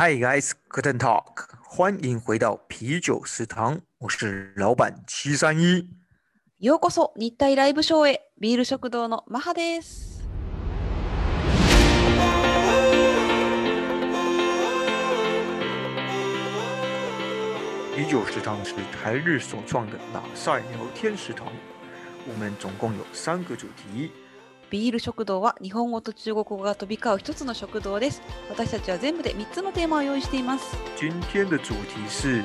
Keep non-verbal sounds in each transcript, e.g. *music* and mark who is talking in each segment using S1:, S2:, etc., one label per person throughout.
S1: Hi guys, good talk，欢迎回到啤酒食堂，我是老板七三一。
S2: ようこそ日体ライブショーへビール食堂のマハです。
S1: 啤酒食堂是台日所创的拉塞聊天食堂，我们总共有三个主题。
S2: ビール食堂は日本語と中国語が飛び交う一つの食堂です。私たちは全部で3つのテーマを用意しています。
S1: 今天的主题是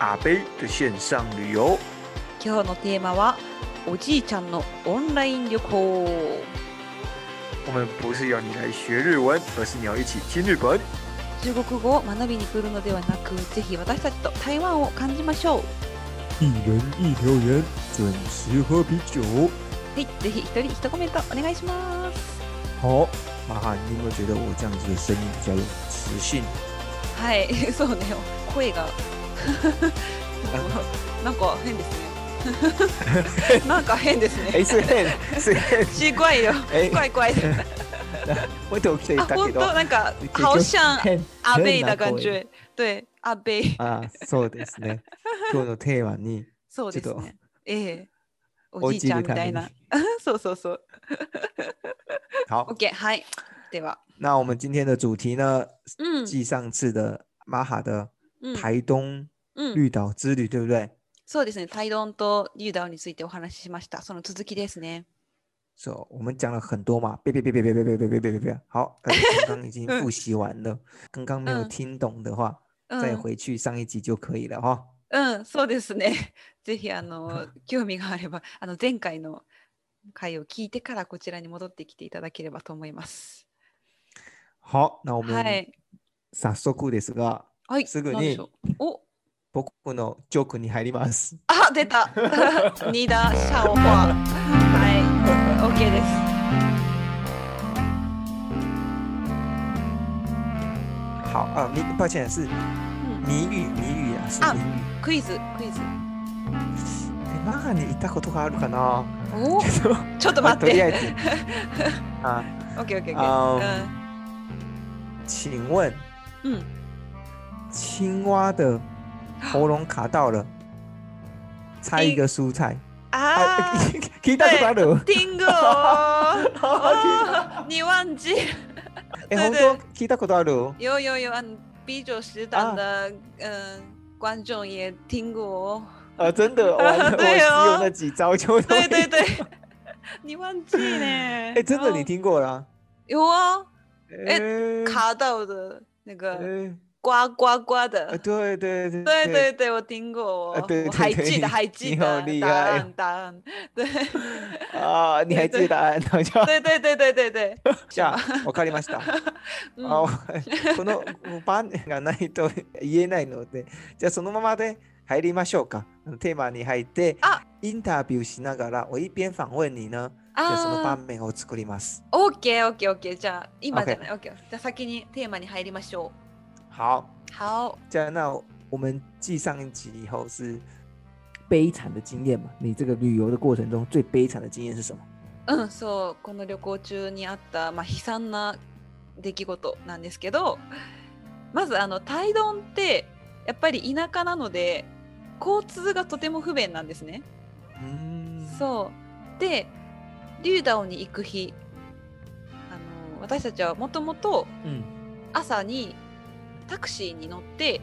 S1: 阿贝的线上旅游，
S2: 今日のテーマはおじいちゃんのオンライン旅行。
S1: 我们不是要你来学日文，而是你要一起听日本。
S2: 中国語を学びに来るのではなく、ぜひ私たちと台湾を感じましょう。
S3: 一人一留言，准时喝啤酒。
S2: はい、ぜひ一人一コメントお願いします。
S3: 好，马哈，你有没有觉得我这样子的声音比较有磁性？
S2: はい、 *laughs* そうね、声が。 *laughs* なんか変ですね。なんか変ですね。
S3: *laughs* 哎，是很是很
S2: 奇怪よ。
S3: 哎，
S2: 怪怪的。
S3: 我都可以
S2: 啊，
S3: 打
S2: 本
S3: 给 *laughs*
S2: 当
S3: 到。
S2: なんか
S3: 結局
S2: 好像
S3: 很
S2: 阿贝的感。
S3: 很
S2: 觉，对，阿贝，
S3: あ、そうです
S2: *laughs*
S3: ね。今日のテーマに
S2: そうです
S3: ちょっと
S2: ね。ええ、お
S3: 応
S2: じい
S3: じ
S2: ちゃん
S3: るた
S2: みた
S3: め
S2: い
S3: に。
S2: な。そうそうそう。
S3: 好，
S2: OK，はい。では、
S3: 那我们今天的主题呢，
S2: うん、
S3: 继上次
S2: 嗯
S3: 的马哈的
S2: うん、
S3: 台东
S2: うん、
S3: 绿岛之旅，对不
S2: 嗯
S3: 对？
S2: そうですね。タイドンとリューダオについてお話ししました。その続きですね。
S3: 是、我们讲了很多嘛，别别别别别别别别别别别别，好，
S2: *laughs*
S3: 呃刚刚已经
S2: 嗯
S3: 复习完了，刚刚没有
S2: 嗯
S3: 听懂的话，
S2: う
S3: 再
S2: ん、
S3: 回去上一集就可以了哈。
S2: うん、そうですね。 *laughs* ぜひあの興味があれば、あの前回の回を聞いてからこちらに戻ってきていただければと思います。
S3: 好，那我
S2: は
S3: 们
S2: い、
S3: 早速ですが、
S2: はい、
S3: すぐに
S2: 何でしょうお。
S3: 僕のジョークに入ります。
S2: あ、出
S3: *laughs*
S2: た。ニーダーシャオファー。はい、OK です。
S3: 好啊，你抱歉是
S2: うん
S3: 谜语，谜语啊，是
S2: 嗯啊
S3: 谜语。哎
S2: クイズ、クイズ。
S3: えマハに行ったことがあるか *laughs*
S2: 哦
S3: な。
S2: お
S3: けど
S2: ちょっと待
S3: と
S2: っ
S3: りあ
S2: て。
S3: えず啊，
S2: OK、OK、OK
S3: あ。请问
S2: うん。うん
S3: 青蛙的喉咙卡到了，猜一
S2: 哎
S3: 个蔬菜。
S2: あ
S3: 啊
S2: ー、，
S3: 聞いたことある。
S2: ティングオー。
S3: あ
S2: 日本人。
S3: え、
S2: 对
S3: 本
S2: 对
S3: 当聞いたことある。
S2: 有有有，嗯，啤酒食堂的嗯观众也听过。
S3: 啊，真
S2: *laughs*
S3: 的，完了，我只
S2: 对
S3: 有
S2: 哦
S3: 那几招就都
S2: 对对
S3: 没
S2: 哦对，日本人呢？
S3: *laughs* 哎，真的，你
S2: 然后
S3: 听过啦？
S2: 有啊？
S3: 哎，
S2: 卡到的那个
S3: 哎，
S2: 呱呱呱的
S3: 啊，。对对对
S2: 对对对，我听过，
S3: 呃
S2: 我
S3: 对
S2: 我
S3: 对
S2: 还
S3: 对
S2: 记得，还记
S3: 你好
S2: 得
S3: 厉
S2: 答
S3: 害
S2: 案答案，对
S3: 啊，你还记得
S2: 对
S3: 答案？好像
S2: 对对对对对对，
S3: *laughs* じゃあわかりました。
S2: 嗯
S3: あ、 *laughs* この番がないと言えないので、じゃあそのままで入りましょうか。テーマに入って
S2: あ、
S3: インタビューしながら、我一边访问你呢，じゃあその場
S2: あ
S3: 面を作ります。
S2: ー、オッケーオッケーオッケー、じゃあ今
S3: OK
S2: じゃない、オッケー、じゃあ先にテーマに入りましょ
S3: 好。
S2: う。好，
S3: 这样，那我们继上一集以后是悲惨的经验嘛？你这个旅游的过程中最悲惨的经验是什么？
S2: うん、そうこの旅行中にあったまあ悲惨な出来事なんですけど、まずあのタイドンってやっぱり田舎なので交通がとても不便なんですね。
S3: 嗯，
S2: そうでリューダオに行く日あの私たちはもともと
S3: 嗯，
S2: 朝にタクシーに乗って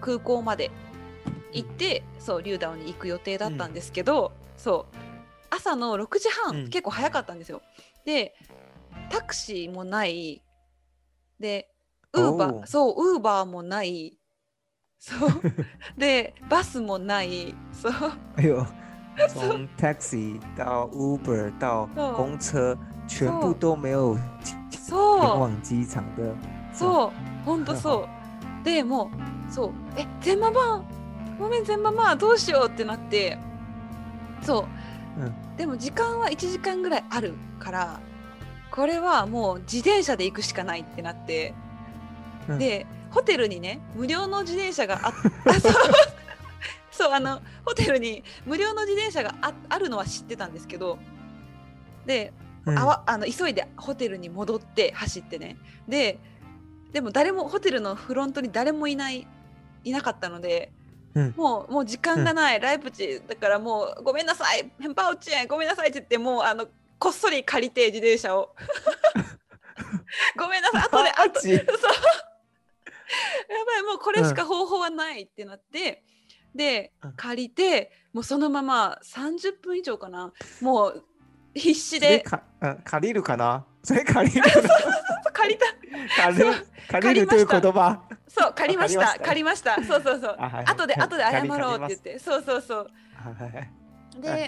S2: 空港まで行って、そうリューダオに行く予定だったんですけど、そう朝の6時半、
S3: うん
S2: 結構早かったんですよ。でタクシーもないでウーバ
S3: お
S2: ー
S3: う
S2: そうウーバーもないそう *laughs* でバスもないそう
S3: 哎
S2: *laughs*
S3: 呦，从 taxi 到 Uber 到
S2: 哦
S3: 公车，全部
S2: 哦
S3: 都没有
S2: そう。
S3: 前往机场的。
S2: そう、ほんとそう。でもう、そう、え、全ママごめん、全ママどうしようってなって、そう、
S3: うん
S2: でも時間は1時間ぐらいあるから、これはもう自転車で行くしかないってなって、
S3: うん
S2: で、ホテルにね、無料の自転車が
S3: *laughs*
S2: ああそうそう、あの、ホテルに無料の自転車がああるのは知ってたんですけど、で、
S3: 嗯
S2: あわあの急いでホテルに戻って走ってねででも誰もホテルのフロントに誰もいないいなかったので、
S1: うん
S2: もうもう時間がない、ライプチだからもうごめんなさいヘンパウチェンごめんなさいって言ってもうあのこっそり借りて自転
S1: *laughs*
S2: 車をごめんなさい後で後
S3: マジ
S2: でそう *laughs* やばいもうこれしか方法はないってなって、で
S1: うん
S2: 借りてもうそのまま30分以上かなもう必死
S3: それ
S2: で
S3: か、うん、借りるか *laughs* なそれ借りるかな
S2: *laughs* 借りた
S3: 借りる借りるという言葉。
S2: そう借りました
S3: 借
S2: 借
S3: り
S2: りましたそうそうそう
S3: あはい
S2: 後で
S3: 借り
S2: 後で謝ろうって言ってそうそうそう
S3: はいはい
S2: で、
S3: は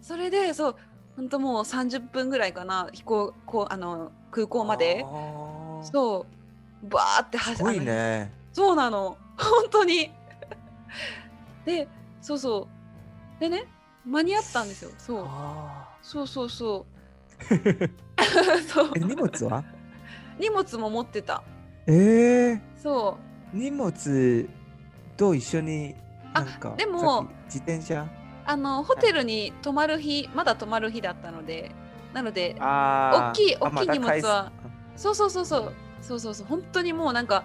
S2: それでそう本当もう30分ぐらいかな飛行こうあの空港まで
S3: あー
S2: そうバーって走
S3: すごい
S2: あの
S3: ね。
S2: そうなの本当にでそうそうでね間に合ったんですよそう
S3: あ
S2: そうそうそ
S3: *laughs*
S2: うそう
S3: ーえ荷物 *laughs* は
S2: 荷物も持ってた
S3: えー、
S2: そ
S3: 荷物と一緒になんか
S2: あでも
S3: さっき自転車
S2: うあのホテルに泊まる日まだ泊まる日だったのでなので
S3: あー
S2: 大きい
S3: あ
S2: 大きい荷
S3: また
S2: 物
S3: 帰す
S2: はそうそうそうそうそうそうそう本当にもうなんか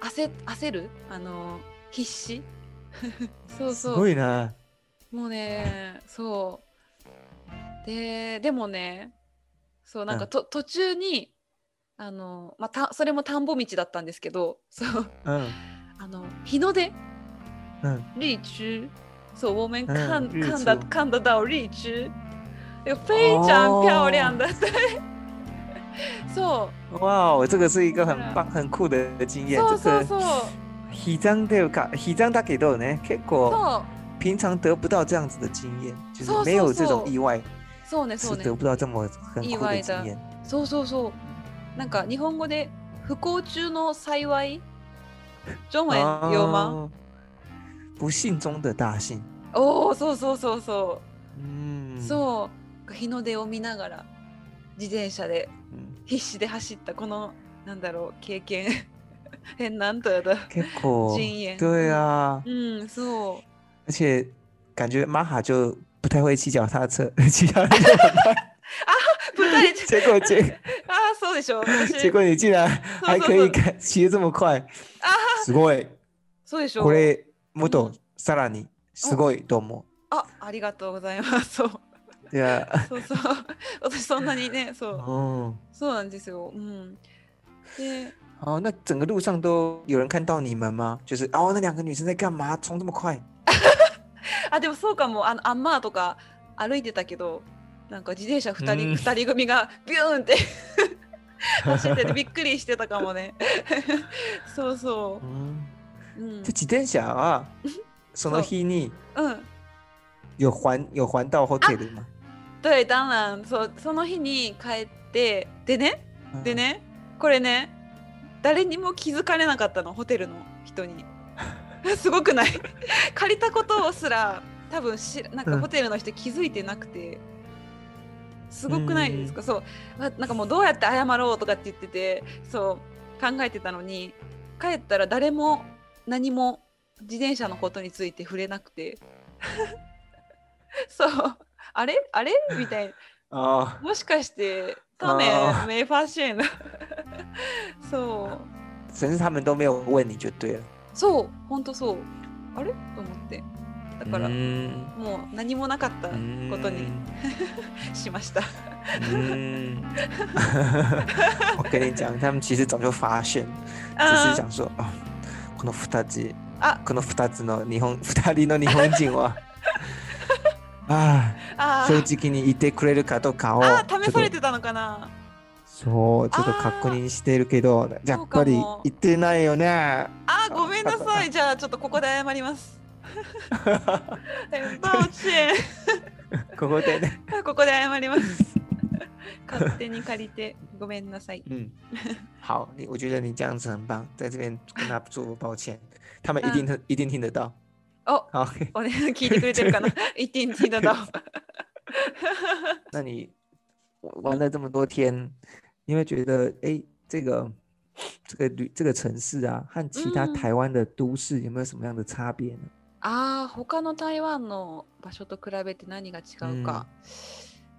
S2: 焦焦るあのー必
S3: *laughs*
S2: 死そう
S3: す
S2: そ
S3: ご
S2: う
S3: いな。
S2: もうねそうででもねそうなん
S3: う
S2: か
S3: ん
S2: と、途中にあのまあたそれも田んぼ道だったんですけどそう
S3: 嗯
S2: あの日の出
S3: 嗯，
S2: 荔枝所我们看、
S3: 嗯日
S2: 看得
S3: 出
S2: 看得到荔枝有非常漂亮的、对 *laughs* そう
S3: 哇哦，这个是一个很棒、很酷的经验。
S2: そう
S3: 这
S2: そう
S3: 个
S2: そう。
S3: 非常的有感，非常だけどね，結構
S2: そう
S3: 平常得不到这样子的经验，就
S2: そうそう
S3: 是没有这种
S2: そう
S3: 意外，
S2: そうね、そ
S3: 是
S2: うね
S3: 得。不到这么很
S2: 意
S3: 酷
S2: 外
S3: 的
S2: 的
S3: 经验。
S2: そうそうそう。なんか日本語で不幸中の幸い。中文有吗？
S3: 哦不幸中的大幸。
S2: おお、そうそうそうそ
S3: 嗯
S2: う。そう。日の出を見ながら自転車で
S3: 嗯
S2: 必死で走ったこのなんだろう経験。 *laughs* え、なんだだ。
S3: 结果
S2: 经验
S3: 对啊，
S2: うん、そ
S3: 而且感觉玛哈就不太会骑脚踏车，骑脚踏车很慢 *laughs*
S2: う。舞台
S3: 结果结
S2: ああ、そうでしょ。
S3: 结
S2: 私
S3: 果你竟然
S2: *laughs*
S3: 还可以
S2: そうそうそう
S3: 开骑得这么快，すごい。
S2: 啊そうでしょ。
S3: これもっ
S2: う
S3: と
S2: ん
S3: さらにすごいと思
S2: あ、ありがとうございます。そう、
S3: う。いや、
S2: そうそう。私そんなにね、そう。
S3: 嗯，
S2: そうなんですよ。うん。で、
S3: 好，那整个路上都有人看到你们吗？就是哦，那两个女生在干嘛？冲这么快？
S2: あ、でもそうかも、あの、アンマーとか歩いてたけど、なんか自転車2
S3: うん
S2: 人、二人組がビューンって走っててびっくりしてたかもね。そうそ
S3: 嗯，
S2: う。うん
S3: 这。自転車
S2: *laughs*
S3: はその日に
S2: うん。
S3: 有还有还到ホテル吗？
S2: 对、当然、そう、その日に帰って、でね、
S3: 嗯
S2: でね、これね、誰にも気づかれなかったの、ホテルの人に。すごくない借りたことすら多分しなん
S3: う
S2: か
S3: ん
S2: ホテルの人気づいてなくて、すごくないですかそうあなんかもうどうやって謝ろうとかって言っててそう考えてたのに帰ったら誰も何も自転車のことについて触れなくてそうあれあれみたいな。
S3: 哦，
S2: もしかして、他们
S3: あ
S2: 没发现 *laughs* そう。
S3: 甚至他们都没有问你就对了。
S2: そう、本当そう。あれと思って。だから、
S3: 嗯
S2: もう何もなかった嗯ことにしました。
S3: 嗯， *laughs* 我跟你讲，他们其实早就发现了。只
S2: あ
S3: 是
S2: ー
S3: 想说啊、この二つ
S2: あ
S3: この二つの日本 *laughs* 二人の日本人
S2: *laughs*
S3: はあ
S2: あ
S3: あ
S2: ー
S3: 正直にいてくれるかどうかを
S2: あー、試され
S3: ちょっと
S2: てたのかな。
S3: そうちょっと
S2: あー
S3: 確認しているけどやっぱ
S2: そう
S3: り
S2: かも
S3: いってないよ
S2: *laughs*
S3: ね
S2: あーごめんなさい。じゃあ、ちょっとここで謝ります。バオチェ
S3: ここでね、
S2: *laughs* ン、ここで謝ります。 *laughs* 勝手に借りて、ごめんなさい。
S3: うん、好你我觉得你这样子很棒在这边跟他说抱歉他们一定、一定听得到
S2: お、
S3: 好
S2: おね、聞いてくれてるかな。一点聞いただ。
S3: 那你玩了这么多天，你会觉得，哎，这个这个旅这个城市啊，和其他
S2: 嗯
S3: 台湾的都市有没有什么样的差别呢？
S2: ああ、他の台湾の場所と比べて何が違うか。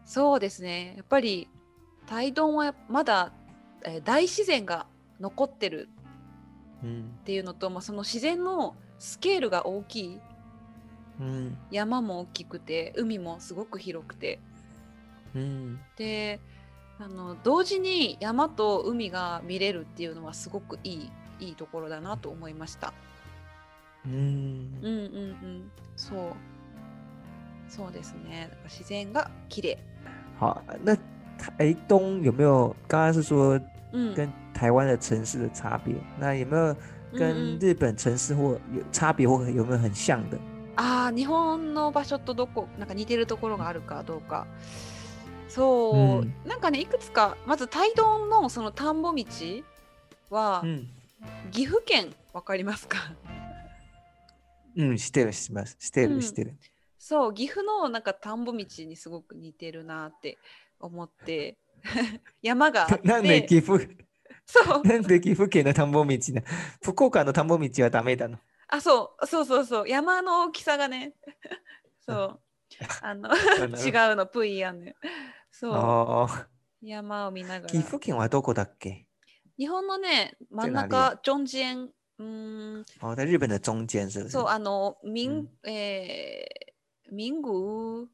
S2: そうですね。やっぱり、台東はまだ、えー大自然が残ってる
S3: 嗯
S2: ていうのと、まあ、その自然のスケールが大きい
S3: 嗯
S2: 山も大きくて海もすごく広くて
S3: 嗯
S2: であの同時に山と海が見れるっていうのはすごくいいいいところだなと思いました。
S3: 嗯
S2: うんうんうん、そうそうですね。だから自然が綺麗。
S3: 好，那台东有没有？刚刚是说
S2: うん、
S3: 跟台湾的城市的差别，那有没有跟
S2: 嗯嗯嗯
S3: 日本城市或有差别或有没有很像的？
S2: ああ日本の場所とどこなんか似てるところがあるかどうかそう、
S3: うん
S2: なんかねいくつかまず台東のその田んぼ道は
S3: 嗯
S2: 岐阜県わかりますか *laughs*
S3: 嗯，してるします、してる
S2: 嗯
S3: してる。
S2: そう岐阜のなんか田んぼ道にすごく似てるなって思って *laughs* 山が
S3: *laughs*
S2: あっ
S3: なんで
S2: て
S3: 岐阜、
S2: *laughs*
S3: *laughs*
S2: そう
S3: なんで岐阜県の田んぼ道な、福岡の田んぼ道はダメ
S2: *laughs*
S3: だの。
S2: あそうそうそうそう山の大きさがね *laughs* そうあの違うのプイやんねそ
S3: ああ、
S2: う山を見ながら
S3: 岐阜県はどこだっけ？
S2: 日本のね真ん
S3: 哪
S2: 中ジョンジエンうーん
S3: 哦，在日本的中间是不是
S2: そう？あの民、えー、民具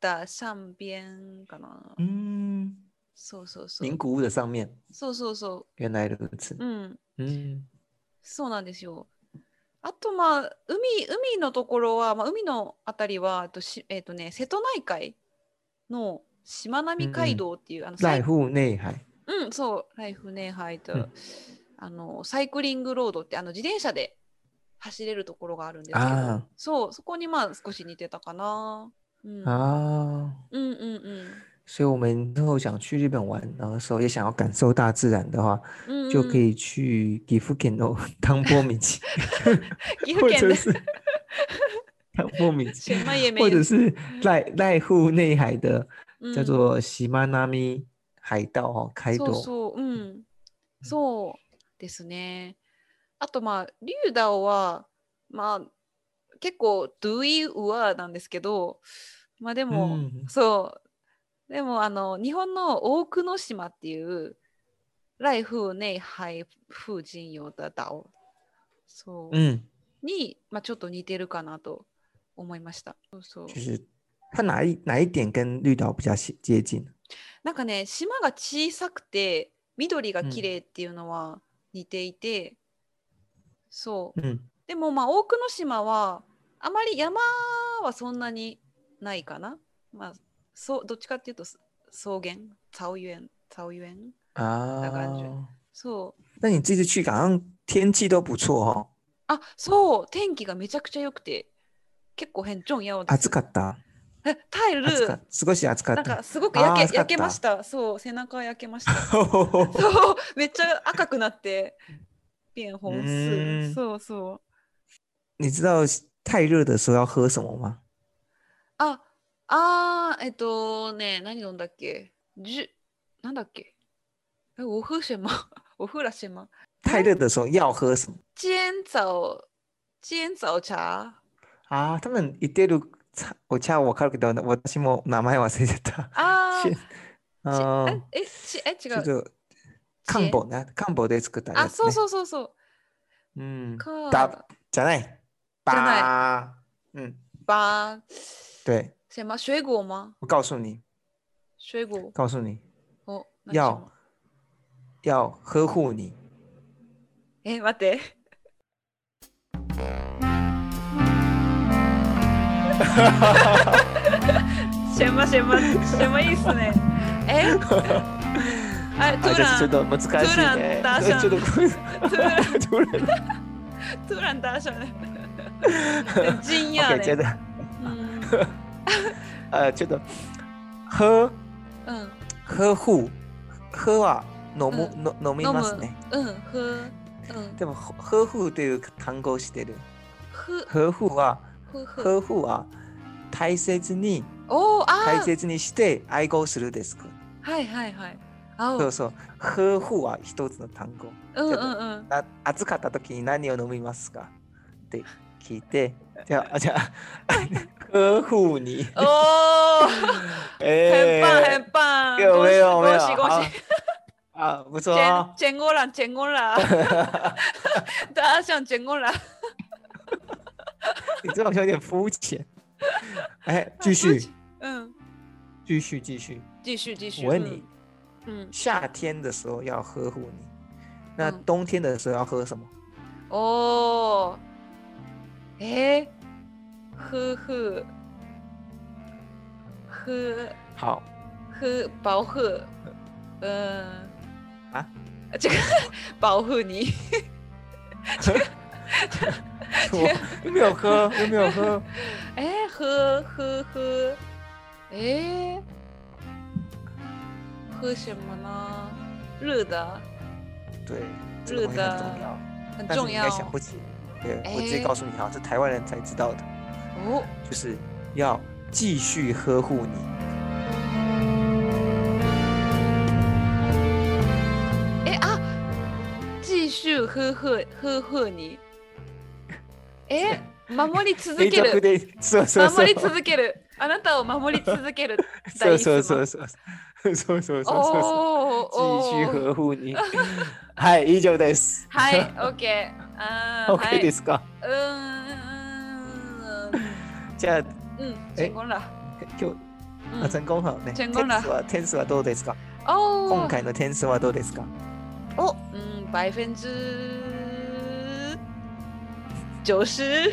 S2: 的上边かな、
S3: 嗯，
S2: そうそうそう
S3: 名古屋的上面，
S2: そうそうそ
S3: 原来如此
S2: う。うん
S3: 嗯
S2: そうなんですよあとまあ海海のところは、まあ、海のあたりはえっとし、えっとね、瀬戸内海のしまなみ海道っていう、あのサイ
S3: 濑户内海。
S2: うん、そう、ライフネハイと、
S3: うん
S2: あのサイクリングロードってあの自転車で走れるところがあるんですけ
S3: あ
S2: ど、そう、そこにまあ少し似てたかな。うん、
S3: 啊，
S2: うん、うん、うん
S3: 所以我们之后想去日本玩，然后时候也想要感受大自然的话，
S2: うんうん。
S3: 就可以去岐阜県の汤波
S2: *laughs*
S3: 米奇，
S2: 岐阜
S3: 或
S2: 県
S3: 者
S2: で
S3: 是 *laughs* 汤波
S2: *laughs*
S3: 米奇，
S2: 千枚目
S3: 或者是濑濑户内海的叫
S2: うん
S3: 做喜马拉米海道哦，开
S2: そう
S3: 多。
S2: そう、うん、そうですね。あとまあ、リュウダオは、まあ、結構、ドゥイウアなんですけど、まあでも、
S3: 嗯
S2: そう。でも、あの、日本の大久野島っていう、来風内海風神用的島そう、
S3: 嗯，
S2: に、まあ、ちょっと似てるかなと思いました。そうそう
S3: 就是它哪一哪一点跟绿岛比较接接近？
S2: なんかね、島が小さくて、緑が
S3: うん
S2: 綺麗っていうのは似ていて、そう。
S3: 嗯
S2: でも、まあ、大久野島は、あまり山はそんなにないかな。まあ、そうどっちかっていうと、草原、草原、草原。大概是
S3: 啊，
S2: そう。
S3: 那你这次去好像天气都不错哦，
S2: あそう天気がめちゃくちゃ良くて結構変ジョンやお
S3: 暑かった。
S2: えタイル
S3: 暑か少し暑か
S2: な
S3: っ
S2: んか
S3: た。
S2: すごく焼
S3: あー暑かった
S2: け焼けましたそう背中焼けました
S3: *laughs* そう
S2: そうめっちゃ赤くなって变红
S3: うん
S2: すそうそう
S3: 你知道太热的时候要喝什么
S2: 嗯
S3: 吗？
S2: ああーえっとね何飲んだっけじゅなんだっけえお風什么 *laughs* お風ら什么
S3: 太热的时候要喝什么
S2: 煎枣煎枣茶
S3: 啊？他们言ってる茶お茶わかるけど、私も名前忘れちゃった。*laughs*
S2: あー
S3: しあー
S2: ええちえ
S3: ち
S2: 違
S3: ょっ
S2: う
S3: と漢方ね、漢方で作ったや
S2: あ
S3: つ
S2: そう
S3: ね。
S2: そうそうそう
S3: うん。
S2: か
S3: だじゃない。
S2: じゃない
S3: 吧。嗯，
S2: 吧，
S3: 对，
S2: 什么水果吗？
S3: 我告诉你，
S2: 水果
S3: 告诉你
S2: 哦，那是什
S3: 要
S2: 么？
S3: 要呵护你。
S2: え、
S3: *laughs*
S2: 待って。什么什么什么意思呢？哎，哎，突
S3: *laughs* あじゃあちょっ
S2: 然
S3: と難しいね
S2: 突然打。算
S3: *laughs* ちょっとこ
S2: 突然
S3: れ *laughs* 突然。
S2: 突然大声了，很惊
S3: *laughs*
S2: 讶
S3: OK，接
S2: 嘞。
S3: 着
S2: 嗯
S3: 呃，ちょっと呵
S2: 嗯
S3: 呵護呵は飲む、
S2: う
S3: の飲みますね。
S2: 嗯，喝嗯
S3: でもほ呵護という単語をしてる。
S2: 喝
S3: 呵護は
S2: 喝喝
S3: 呵護は大切に
S2: 哦啊，
S3: 大切にして愛護するですか。
S2: はいはいはい。
S3: そ
S2: 哦
S3: うそう。呵護は一つの単語。
S2: 嗯嗯嗯。
S3: な暑かった時に何を飲みますかって聞いて、じ *laughs* ゃあじゃあ呵護 *laughs* に。
S2: 哦，很棒，
S3: え
S2: 很棒，
S3: 有
S2: 恭
S3: 没
S2: 喜
S3: 有没有
S2: 恭喜恭
S3: 好 *laughs*
S2: 喜！
S3: 啊，不错
S2: 捡
S3: 哦。
S2: 捡过了，捡
S3: *laughs*
S2: 过了，大家想捡过了。
S3: 你这好像有点肤 *laughs* 浅。哎，继续，
S2: 嗯，
S3: 继续，继续。
S2: 继续继续。
S3: 我问你，
S2: 嗯，嗯，
S3: 夏天的时候要呵护你，那
S2: 嗯
S3: 冬天的时候要喝什么？
S2: 哦，诶，呵呵，呵
S3: 好，
S2: 呵，保护，嗯、
S3: 啊，
S2: 这个 *laughs* 保护你， *laughs*
S3: 我又没有喝，又没有
S2: *laughs*
S3: 喝。
S2: 诶，呵呵呵，诶，喝什么呢？热的，
S3: 对，这个东西
S2: 是的
S3: 很重要，但
S2: 很
S3: 是
S2: 重
S3: 你应
S2: 要
S3: 该想不起。对，我直接
S2: 哎
S3: 告诉你哈，是台湾人才知道的，
S2: 哦。
S3: 就是要继续呵护你。
S2: 哎啊，继续呵呵呵呵你。え、守り続け
S3: 哎这不
S2: る。
S3: 对そう *laughs* そうそう
S2: 守り続ける。あなたを守り続ける。
S3: *laughs* そうそうそうそうそうそうそうそう
S2: お
S3: そう
S2: おお
S3: 继续
S2: ー。
S3: 呵護にはい以上です
S2: はい、オッケー。あ
S3: *laughs*
S2: ー
S3: OK ですか、
S2: はい、うーん。
S3: じゃあ
S2: うん、
S3: え
S2: チェンゴンラ。
S3: 今日、
S2: うん
S3: あ啊成功はね
S2: 嗯成
S3: 点
S2: 功だ
S3: 数は点数はどうですか
S2: お
S3: 今
S2: ー
S3: 回の点数はどうです
S2: 哦
S3: か
S2: お、うん、百分之九十。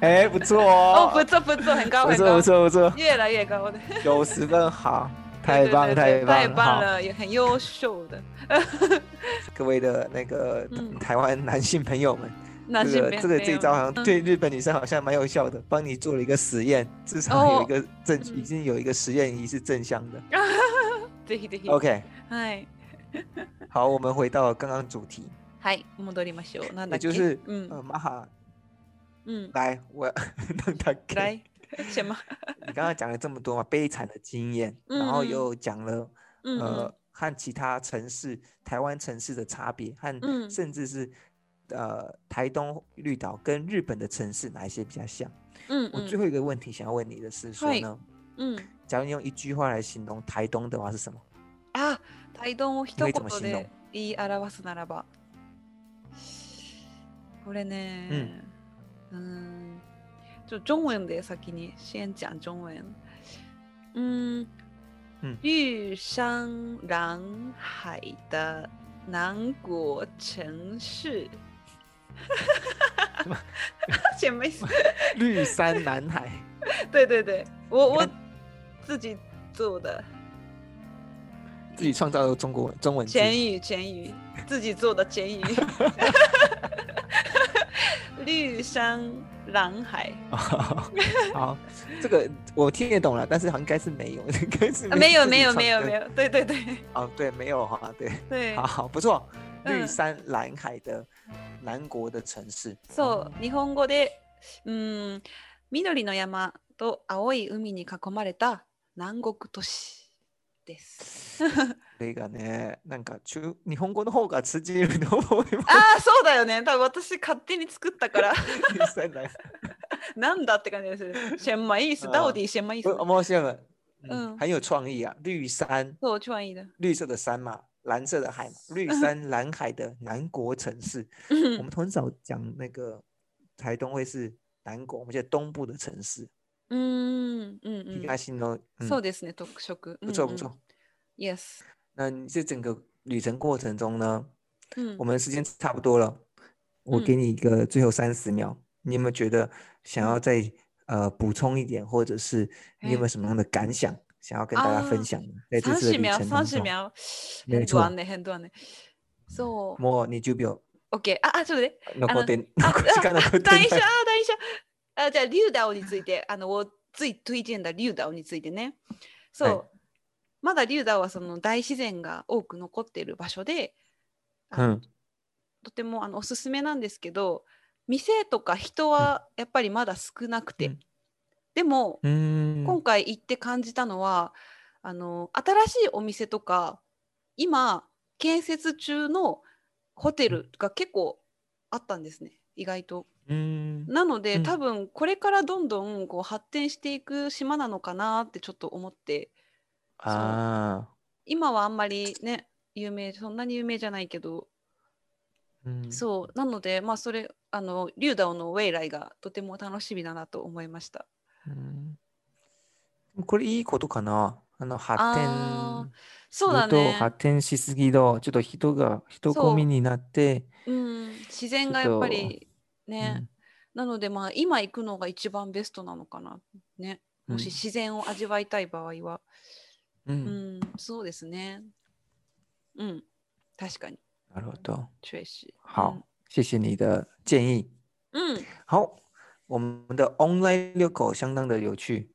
S3: 哎不错哦
S2: 哦， *laughs* 不错不错，很高
S3: 不
S2: 很
S3: 错
S2: 高
S3: 不，错不错
S2: *laughs* 越来越高的。
S3: 九十分好太
S2: 对
S3: 棒
S2: *laughs* 对对
S3: 太
S2: 对
S3: 棒
S2: 太棒
S3: 好
S2: 了，也很优秀的
S3: 各位的那个
S2: 嗯
S3: 台湾男性朋友们
S2: *laughs* 男
S3: 这
S2: 性
S3: 个
S2: 朋友。
S3: 这个这一招好像
S2: 嗯
S3: 对日本女生好像蛮有效的，帮你做了一个实验，至少有一
S2: 哦
S3: 个正，已
S2: 嗯
S3: 经有一个实验仪是正向的。
S2: ぜひぜひ。
S3: OK，
S2: はい。
S3: 好，我们回到刚刚主题，
S2: はい、戻りましょう。なん
S3: 也
S2: だっけ
S3: 就是
S2: うん。
S3: 呃，玛哈
S2: うん。
S3: 来，我 *laughs* 让他给。
S2: 来。 *laughs* 什么
S3: 你刚刚讲了这么多嘛，悲惨的经验，然后
S2: 嗯嗯
S3: 又讲了
S2: うんうん
S3: 呃和其他城市、台湾城市的差别，和
S2: 嗯
S3: 甚至是呃台东绿岛跟日本的城市哪一些比较像。
S2: うん
S3: 我最后一个问题想要问你的是说
S2: 嗯嗨
S3: 呢，
S2: うん。
S3: 假如你用一句话来形容台东的话是什
S2: *laughs*
S3: 么？
S2: あ、態度を一
S3: これいつも
S2: 言
S3: 死の
S2: で言い表すならば。これね。うん。ちょ、中文で先に。先讲中文。うん
S3: 嗯。
S2: 玉山蓝海的南国城市。 *laughs* 什么意思？
S3: 绿山南海，
S2: *laughs* 对对对，我我自己做的
S3: 自己创造的中国文中文字。
S2: 简语，简语自己做的 *laughs* 简语。绿山蓝海
S3: 好，这个我听得懂了，但是好像应该是没有， *laughs* 应该是
S2: 啊，没有没有
S3: 自己
S2: 没有
S3: 创
S2: 没
S3: 对。
S2: 有，对对对
S3: 哦，对，没有哈，对，
S2: 对
S3: 好。好不错，绿
S2: 嗯
S3: 山蓝海的南国的城市。
S2: そう、日本語で、うん、緑の山と青い海に囲まれた南国都市です。 *laughs*
S3: 这个呢，なんか中日本語の方が通じると思い *laughs* ます。
S2: ああ、そうだよね。多分私勝手に作ったから、 *laughs*
S3: 绿山蓝海，
S2: なんだって感じです *laughs* る。シェンマイース、ダオディシェンマイース。
S3: 我我想了，嗯，
S2: 嗯
S3: 很有创意啊。绿山，
S2: そう、チュワンイーだ。
S3: 绿色的山嘛，蓝色的海
S2: *laughs*
S3: 嘛，绿山蓝海的南国城市。
S2: 嗯
S3: 我们很少讲那个台东会是南国，我们叫东部的城市。
S2: うーん、うん、うん
S3: 应该心都嗯
S2: そうですね、特色。
S3: 不错
S2: う
S3: 不
S2: んうん
S3: 错。
S2: Yes。
S3: 那你这整个旅程过程中呢，
S2: うん
S3: 我。们时间差不多了，我给
S2: 嗯
S3: 你一个最后三十秒，你有没有觉得想要再呃补充一点，或者是你有没有
S2: 哎
S3: 什么样的感想想要跟大家分
S2: 啊
S3: 享的？在这
S2: 三
S3: 次的
S2: 十
S3: 旅
S2: 秒、
S3: 程当
S2: 三十
S3: 中，
S2: 秒。
S3: 没
S2: 変
S3: 错
S2: 動ね、変動ね。そう。
S3: もう20秒
S2: OK。あ、あ、ちょっと
S3: *laughs*
S2: ね。
S3: 残って
S2: *laughs*
S3: ん
S2: あ
S3: 残り時間残ってん
S2: 大啊一下
S3: ない *laughs*
S2: 啊，大一下。呃，在绿岛について、あの、我最推薦だ绿島についてね。そう。
S3: はい
S2: まだ竜島はその大自然が多く残っている場所で、あの
S3: 嗯
S2: とてもあのおすすめなんですけど、店とか人はやっぱりまだ少なくて、
S3: うん
S2: でも、今
S3: 嗯
S2: 回行って感じたのはあの新しいお店とか今建設中のホテルが結構あったんですね意外と。
S3: 嗯
S2: なので、
S3: うん
S2: 多分これからどんどんこう発展していく島なのかなってちょっと思って
S3: 啊，
S2: 今はあんまりね有名そんなに有名じゃないけど
S3: 嗯，
S2: そうなのでまあそれあの竜道の未来がとても楽しみだなと思いました
S3: 嗯
S2: 嗯
S3: これいいことかな。あの発
S2: あ
S3: 展
S2: ー哦そうだ
S3: すると
S2: ね、
S3: 発展しすぎとちょっと人が人混みになって、
S2: うん、自然がやっぱりね、
S3: うん
S2: なのでまあ今行くのが一番ベストなのかなねも
S3: う
S2: し
S3: ん
S2: 自然を味わいたい場合は
S3: う
S2: う
S3: ん、
S2: ん、そうですねうん確かに
S3: なるほど。
S2: 确实
S3: 好，谢谢你的建议。
S2: 嗯，嗯
S3: 好，我们的 online 遛狗相当的有趣。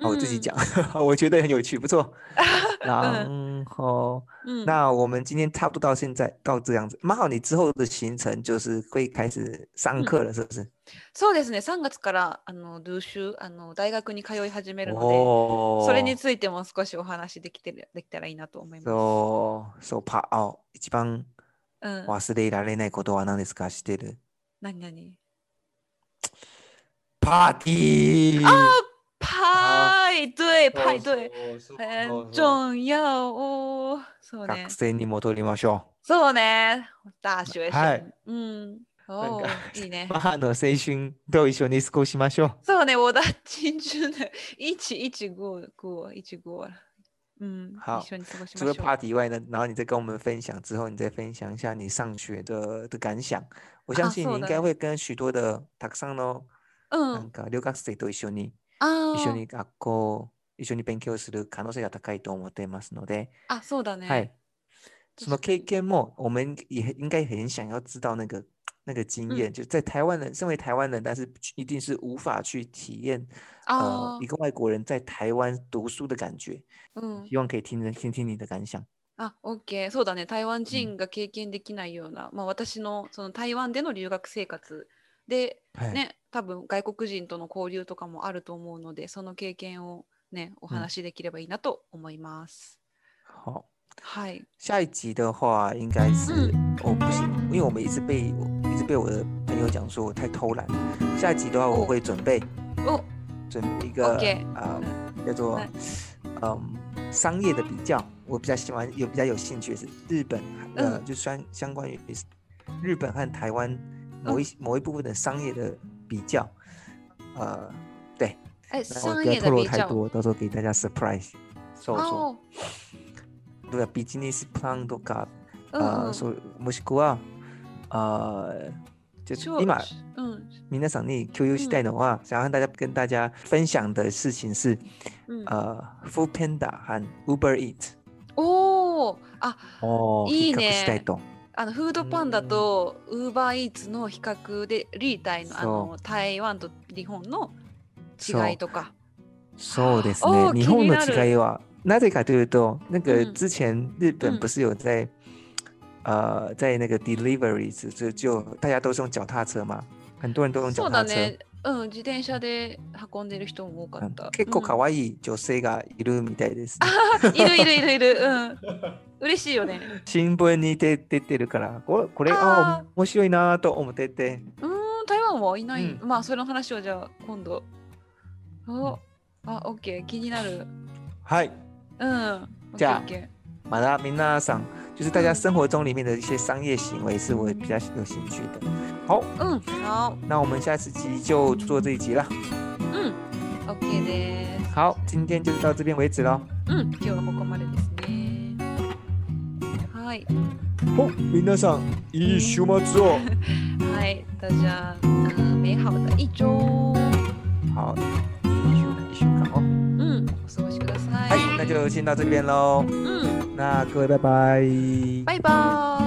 S3: 啊，我自己
S2: 嗯
S3: 讲， *laughs* 我觉得很有趣，不
S2: *laughs*
S3: 错。然后，
S2: 嗯，
S3: 那我们今天差不多到现在到这样子。马好，你之后的行程就是会开始上
S2: 嗯
S3: 课了，是不是？
S2: そうですね、3月からあのドゥーシュあの大学に通い始めるので、
S3: 哦
S2: それについても少しお話できてるできたらいいなと思います。
S3: そう、そう、パ、あ、一番
S2: うん、
S3: 忘れられないことは何ですか知ってる
S2: 何何
S3: パーティー
S2: 派对派对很
S3: そう
S2: 重要哦。そうね
S3: 学。生に戻りましょ
S2: そうね。大学生。
S3: はい
S2: うん。お
S3: なん
S2: ーいいね
S3: う。。母の青春と一緒に過ごしましょう。
S2: そうね、小田珍珠ね。115、5、15。うん。
S3: 好
S2: 一緒に過ごし
S3: 除了
S2: ましょう。
S3: party 以外呢，然后你再跟我们分享之后，你再分享一下你上学的的感想。我相
S2: あ
S3: 信
S2: そう
S3: 你应
S2: だ
S3: 该
S2: ね
S3: 会跟许多的たくさんの
S2: う
S3: なん
S2: ん。
S3: か留学生と一緒に、
S2: あ
S3: 一緒に
S2: ー
S3: 学校、一緒に勉強する可能性が高いと思っていますので、
S2: あ、そうだね。
S3: はい。その
S2: 確か
S3: 経
S2: に
S3: 験も我们也很应该很想要知道那个那个经
S2: 嗯
S3: 验，就在台湾人身为台湾人，但是一定是无法去体验呃
S2: あ
S3: 一个外国人在台湾读书的感觉。
S2: ーうん。
S3: 希望可以听听听你的感想。
S2: あ、OK。そうだね。台湾人が経験できないような、まあ私のその台湾での留学生活で、
S3: はい
S2: ね、多分外国人との交流とかもあると思うので、その経験をね、お話しできればいいなと思います。
S3: 好。
S2: はい。
S3: 下一集的话，应该是
S2: 嗯
S3: 哦，不行，因为我们一直被我一直被我的朋友讲说我太偷懒。下一集的话，我
S2: 哦
S3: 会准备
S2: お、
S3: 准备一个
S2: OK
S3: 呃叫做
S2: 来
S3: 嗯商业的比较，我比较喜欢有比较有兴趣的是日本呃
S2: 嗯
S3: 就相相关于日本和台湾某一
S2: 嗯
S3: 某一部分的商业的比较，呃对，
S2: え、
S3: 那我
S2: 商
S3: 不要
S2: 业
S3: 透
S2: 的
S3: 露
S2: 比
S3: 太
S2: 較。
S3: 多，到时候给大家 surprise。そうそう。
S2: あ
S3: 例えばビジネスプランとか、
S2: ー、うんう
S3: あ
S2: ん。
S3: そうもしくはあ就
S2: 超
S3: 今
S2: うん。
S3: 皆さんに共有したいのは、想让大家跟大家分享的事情是、
S2: うん、
S3: 呃 Food Panda 和 Uber Eat
S2: おお、あ、
S3: を
S2: い
S3: 比
S2: い
S3: 較
S2: ね
S3: したいと。
S2: あのフードパンダとウーバーイーツの比較でリータイのあの台湾と日本の違いとか。
S3: そうです
S2: お
S3: ね。
S2: ー
S3: 日本の
S2: 気になる
S3: 違いはなぜかというと、那个
S2: うん
S3: 之前日本
S2: うん
S3: 不是有在、呃在那个 delivery 就就大家都是用脚踏车嘛，很多人都用
S2: そ
S3: 脚
S2: うだ
S3: 踏车。
S2: ね。うん、自転車で運んでる人も多か
S3: う
S2: っ
S3: ん
S2: た。
S3: 結構
S2: わ
S3: 可愛い女性がいるみたいです、ね。
S2: いい。いるいるいるいる。
S3: *laughs*
S2: うん。嬉しいよね。
S3: 新聞に出出てるから、これこれあ
S2: あ
S3: 面白いなと思ってて。
S2: うーん、台湾はいない。
S3: うん
S2: まあ、それの話をじゃあ今度。おあ、オッケー。気になる。
S3: はい。
S2: うん。
S3: じゃあ
S2: オッケーオッケ
S3: 马达米娜桑就是大家生活中里面的一些商业行为是我比较有兴趣的。好，
S2: ーうん。好。
S3: 那我们下次集就做这一集了。
S2: うん。オッケーです。
S3: 好，今天就到这边为止喽。
S2: うん。今日はここまでですね。はい。
S3: 好，米娜桑，一週末哦。
S2: 嗨，大家呃美好的一周，
S3: *laughs* 好，一週間一週間哦。
S2: 嗯，お過ごしくださ
S3: 嗨
S2: い。，
S3: 那就先到这边喽。
S2: 嗯，
S3: 那各位拜拜。
S2: 拜拜。